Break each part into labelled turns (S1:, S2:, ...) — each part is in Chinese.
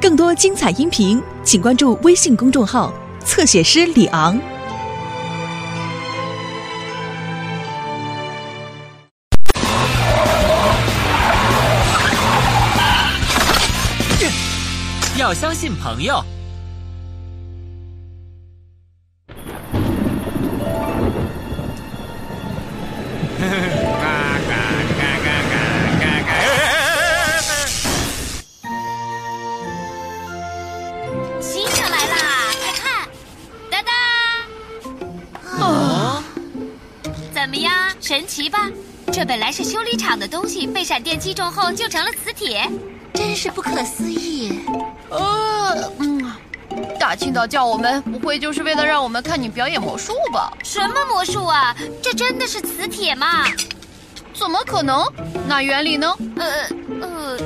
S1: 更多精彩音频，请关注微信公众号“侧写师李昂”。
S2: 要相信朋友。
S3: 新的来啦，快看，哒哒！哦，怎么样，神奇吧？这本来是修理厂的东西，被闪电击中后就成了磁铁。
S4: 真是不可思议！
S5: 呃，嗯，大清早叫我们，不会就是为了让我们看你表演魔术吧？
S3: 什么魔术啊？这真的是磁铁吗？
S5: 怎么可能？那原理呢？
S3: 呃呃，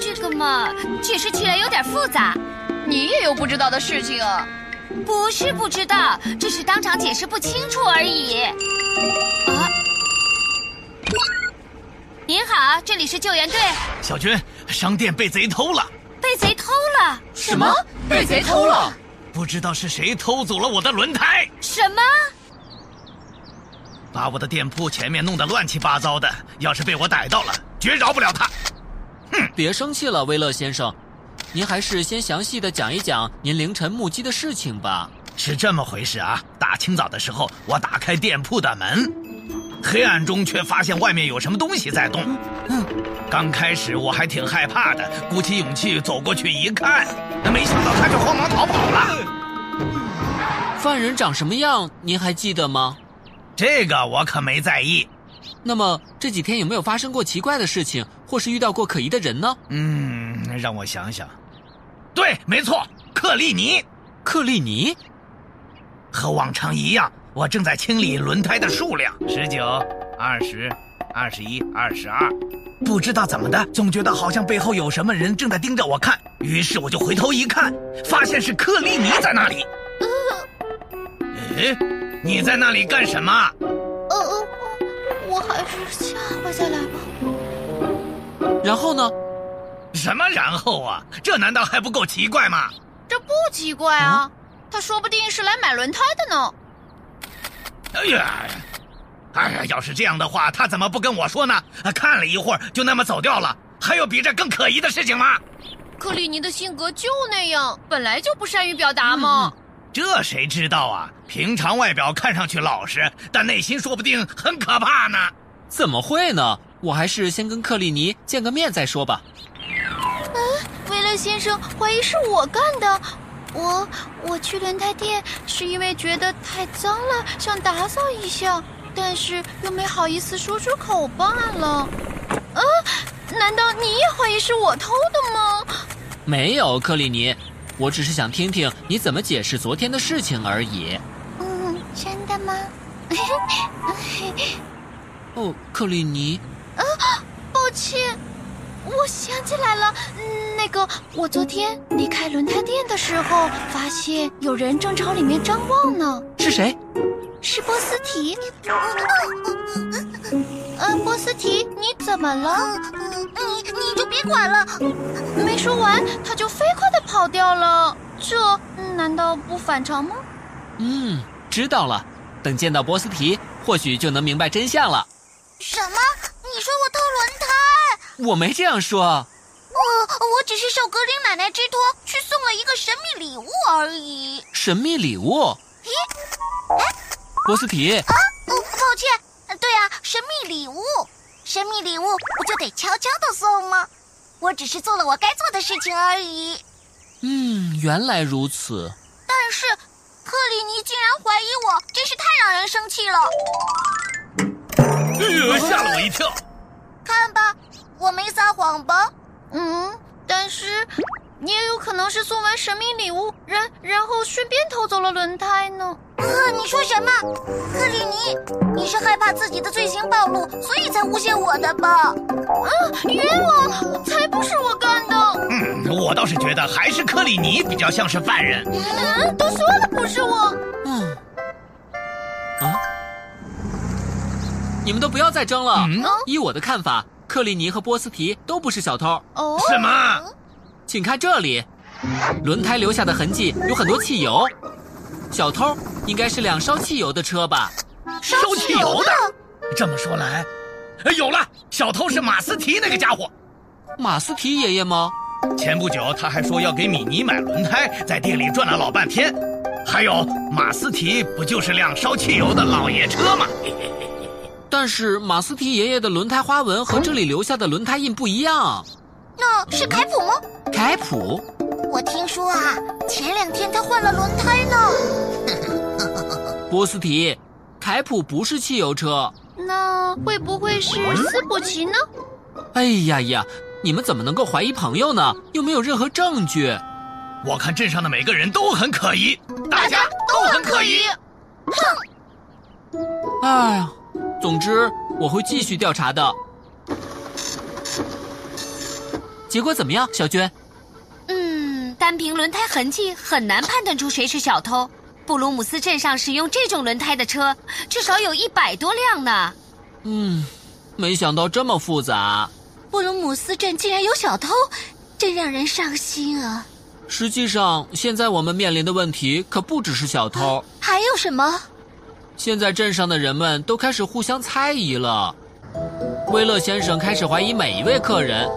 S3: 这个嘛，解释起来有点复杂。
S5: 你也有不知道的事情啊？
S3: 不是不知道，只是当场解释不清楚而已。啊！您好，这里是救援队，
S6: 小军，商店被贼偷了，
S3: 被贼偷了。
S5: 什么？被贼偷了？
S6: 不知道是谁偷走了我的轮胎，
S3: 什么？
S6: 把我的店铺前面弄得乱七八糟的。要是被我逮到了，绝饶不了他。
S2: 别生气了，威勒先生，您还是先详细的讲一讲您凌晨目击的事情吧。
S6: 是这么回事啊！大清早的时候，我打开店铺的门，黑暗中却发现外面有什么东西在动。嗯，刚开始我还挺害怕的，鼓起勇气走过去一看，没想到他就慌忙逃跑了。
S2: 犯人长什么样，您还记得吗？
S6: 这个我可没在意。
S2: 那么这几天有没有发生过奇怪的事情，或是遇到过可疑的人呢？
S6: 嗯，让我想想，对，没错，克利尼。
S2: 克利尼，
S6: 和往常一样，我正在清理轮胎的数量，十九、二十、二十一、二十二。不知道怎么的，总觉得好像背后有什么人正在盯着我看，于是我就回头一看，发现是克利尼在那里。诶，你在那里干什么？
S4: 呃呃，我还是下回再来吧。
S2: 然后呢？
S6: 什么然后啊？这难道还不够奇怪吗？
S5: 这不奇怪啊，他说不定是来买轮胎的呢。
S6: 哎呀，哎呀，要是这样的话，他怎么不跟我说呢？啊看了一会儿就那么走掉了，还有比这更可疑的事情吗？
S5: 克里尼的性格就那样，本来就不善于表达嘛。
S6: 这谁知道啊？平常外表看上去老实，但内心说不定很可怕呢。
S2: 怎么会呢？我还是先跟克利尼见个面再说吧。
S4: 威勒先生怀疑是我干的，我我去轮胎店是因为觉得太脏了，想打扫一下，但是又没好意思说出口罢了。啊，难道你也怀疑是我偷的吗？
S2: 没有，克利尼，我只是想听听你怎么解释昨天的事情而已。
S4: 嗯，真的吗？
S2: 哦，克利尼，
S4: 抱歉，我想起来了，嗯那个我昨天离开轮胎店的时候，发现有人正朝里面张望呢，
S2: 是谁？
S4: 是波斯提。呃，波斯提，你怎么了？嗯你你就别管了。没说完，他就飞快的跑掉了。这嗯难道不反常吗？
S2: 嗯，知道了。等见到波斯提，或许就能明白真相了。
S4: 什么？你说我偷轮胎？
S2: 我没这样说。
S5: 呃
S4: 我我只是受格林奶奶之托去送了一个神秘礼物而已。
S2: 神秘礼物。波斯提，
S3: 啊
S4: 哦，抱歉，呃对啊，神秘礼物，神秘礼物不就得悄悄的送吗？我只是做了我该做的事情而已。
S2: 嗯，原来如此。
S4: 但是，克里尼竟然怀疑我，真是太让人生气了。
S6: 哎呦，吓了我一跳。
S4: 看吧，我没撒谎吧？
S5: 嗯，但是也有可能是送完神秘礼物，然然后顺便偷走了轮胎呢。
S4: 呃，你说什么？克里尼，你是害怕自己的罪行暴露，所以才诬陷我的吧？
S5: 啊冤枉，才不是我干的！
S6: 嗯，我倒是觉得还是克里尼比较像是犯人。
S5: 嗯，都说了不是我。
S2: 嗯。啊！你们都不要再争了。
S6: 嗯
S2: 依我的看法，克里尼和波斯提都不是小偷。
S5: 哦，
S6: 什么？
S2: 请看这里，轮胎留下的痕迹有很多汽油。小偷应该是辆烧汽油的车吧？
S6: 烧汽油的？这么说来，哎有了，小偷是马斯提那个家伙。
S2: 马斯提爷爷吗？
S6: 前不久他还说要给米妮买轮胎，在店里转了老半天。还有马斯提不就是辆烧汽油的老爷车吗？
S2: 但是马斯提爷爷的轮胎花纹和这里留下的轮胎印不一样。
S4: 哦
S5: 那是凯普吗？
S2: 凯普，
S5: 我听说啊，前两天他换了轮胎呢。
S2: 波斯提，凯普不是汽油车。
S4: 那会不会是斯普奇呢？
S2: 哎呀呀，你们怎么能够怀疑朋友呢？又没有任何证据。
S6: 我看镇上的每个人都很可疑，大家都很可疑。
S2: 哎呀，总之我会继续调查的。结果怎么样，小娟？
S3: 嗯，单凭轮胎痕迹很难判断出谁是小偷。布鲁姆斯镇上使用这种轮胎的车至少有一百多辆呢。
S2: 嗯，没想到这么复杂。
S3: 布鲁姆斯镇竟然有小偷，真让人伤心啊！
S2: 实际上，现在我们面临的问题可不只是小偷，
S3: 还有什么？
S2: 现在镇上的人们都开始互相猜疑了。威勒先生开始怀疑每一位客人，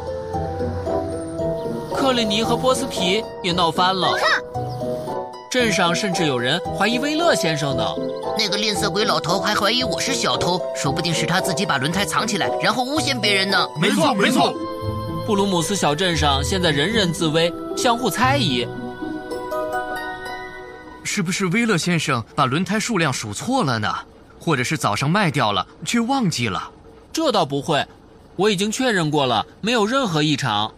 S2: 克里尼和波斯提也闹翻了。镇上甚至有人怀疑威勒先生呢。
S7: 那个吝啬鬼老头还怀疑我是小偷，说不定是他自己把轮胎藏起来，然后诬陷别人呢。
S6: 没错，没错。
S2: 布鲁姆斯小镇上现在人人自危，相互猜疑。
S8: 是不是威勒先生把轮胎数量数错了呢？或者是早上卖掉了却忘记了？
S2: 这倒不会，我已经确认过了，没有任何异常。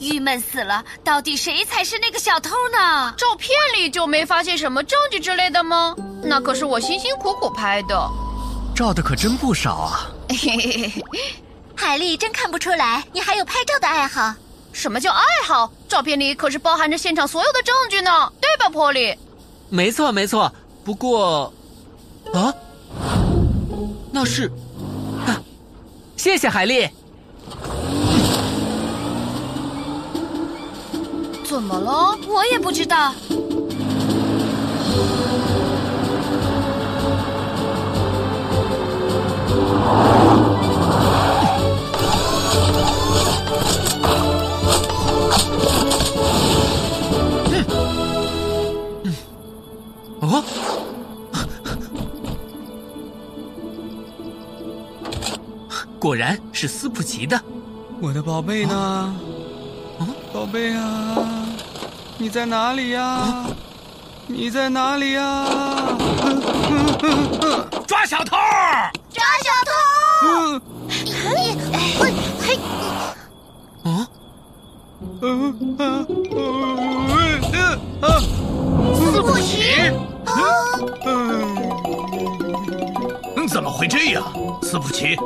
S3: 郁闷死了，到底谁才是那个小偷呢？
S4: 照片里就没发现什么证据之类的吗？那可是我辛辛苦苦拍的。
S8: 照的可真不少啊！
S3: 海丽真看不出来，你还有拍照的爱好。
S4: 什么叫爱好？照片里可是包含着现场所有的证据呢，对吧，波利？
S2: 没错，没错。不过，啊，那是，啊、谢谢海丽。
S4: 怎么了？
S3: 我也不知道，
S2: 哦，果然是斯普奇的。
S9: 我的宝贝呢？宝贝啊，你在哪里呀、你在哪里呀、
S6: 抓小偷！
S9: 嗯
S5: 嘿，
S2: 啊，
S9: 嗯啊嗯啊啊！
S5: 斯普奇，
S6: 啊嗯，怎么会这样？斯普奇，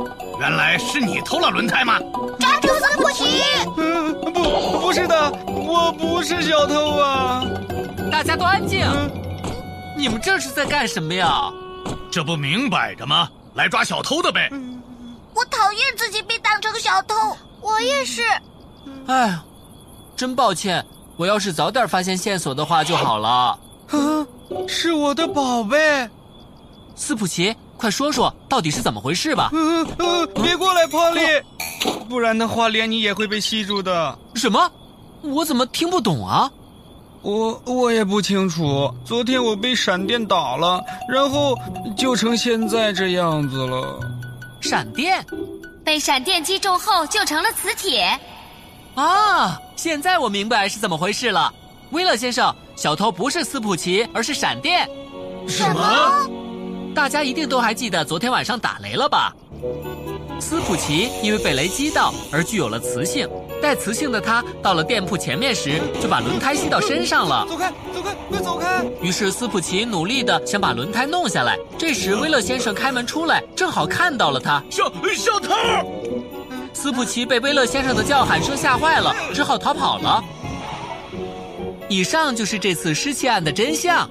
S6: 原来是你偷了轮胎吗？
S5: 抓住斯普奇！
S9: 嗯，不，不是的，我不是小偷啊！
S2: 大家都安静！你们这是在干什么呀？
S6: 这不明摆着吗？来抓小偷的呗。
S5: 我讨厌自己被当成小偷。我也是。
S2: 哎呀，真抱歉，我要是早点发现线索的话就好了。
S9: 啊，是我的宝贝！呃
S2: 斯普奇，快说说到底是怎么回事吧？
S9: 嗯嗯，别过来，波利，不然的话连你也会被吸住的。
S2: 什么？我怎么听不懂啊？
S9: 我我也不清楚，昨天我被闪电打了，然后就成现在这样子了。
S2: 闪电
S3: 被闪电击中后就成了磁铁。
S2: 啊！现在我明白是怎么回事了。威勒先生，小偷不是斯普奇，而是闪电。
S6: 什么？
S2: 大家一定都还记得昨天晚上打雷了吧？斯普奇因为被雷击到而具有了磁性，带磁性的他到了店铺前面时，就把轮胎吸到身上了。
S9: 走开，走开，快走开！
S2: 于是斯普奇努力的想把轮胎弄下来。这时威勒先生开门出来，正好看到了他。
S6: 小小偷！
S2: 斯普奇被威勒先生的叫喊声吓坏了，只好逃跑了。以上就是这次失窃案的真相，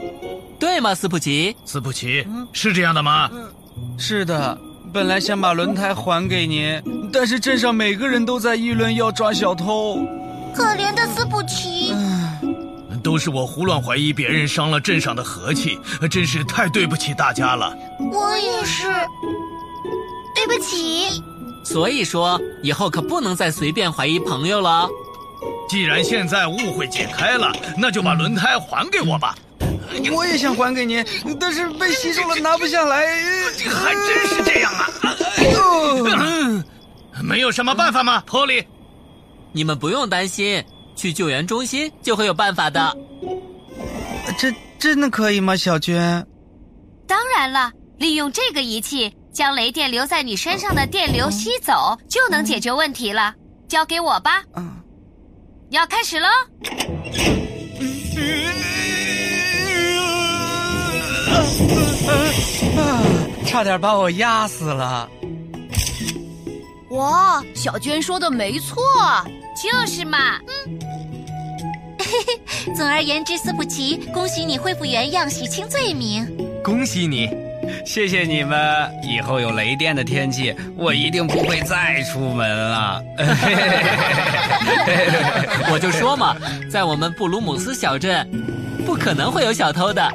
S2: 对吗，斯普奇？
S6: 嗯斯普奇，是这样的吗？
S9: 是的，本来想把轮胎还给您，但是镇上每个人都在议论要抓小偷。
S5: 可怜的斯普奇，
S6: 都是我胡乱怀疑别人伤了镇上的和气，真是太对不起大家了。
S5: 我也是。对不起，
S2: 所以说，以后可不能再随便怀疑朋友了。
S6: 既然现在误会解开了，那就把轮胎还给我吧。
S9: 我也想还给您，但是被吸住了，拿不下来。
S6: 这还真是这样啊！
S9: 呃
S6: 没有什么办法吗，波利？
S2: 你们不用担心，去救援中心就会有办法的。
S9: 这真的可以吗，小娟？
S3: 当然了，利用这个仪器将雷电留在你身上的电流吸走，就能解决问题了。交给我吧，
S9: 嗯，
S3: 要开始喽！
S9: 啊，差点把我压死了。
S4: 哇，小娟说的没错，
S3: 就是 嘛，
S5: 总而言之，斯普奇，恭喜你恢复原样，洗清罪名。
S8: 恭喜你！
S9: 谢谢你们，以后有雷电的天气，我一定不会再出门了。
S2: 我就说嘛，在我们布鲁姆斯小镇，不可能会有小偷的。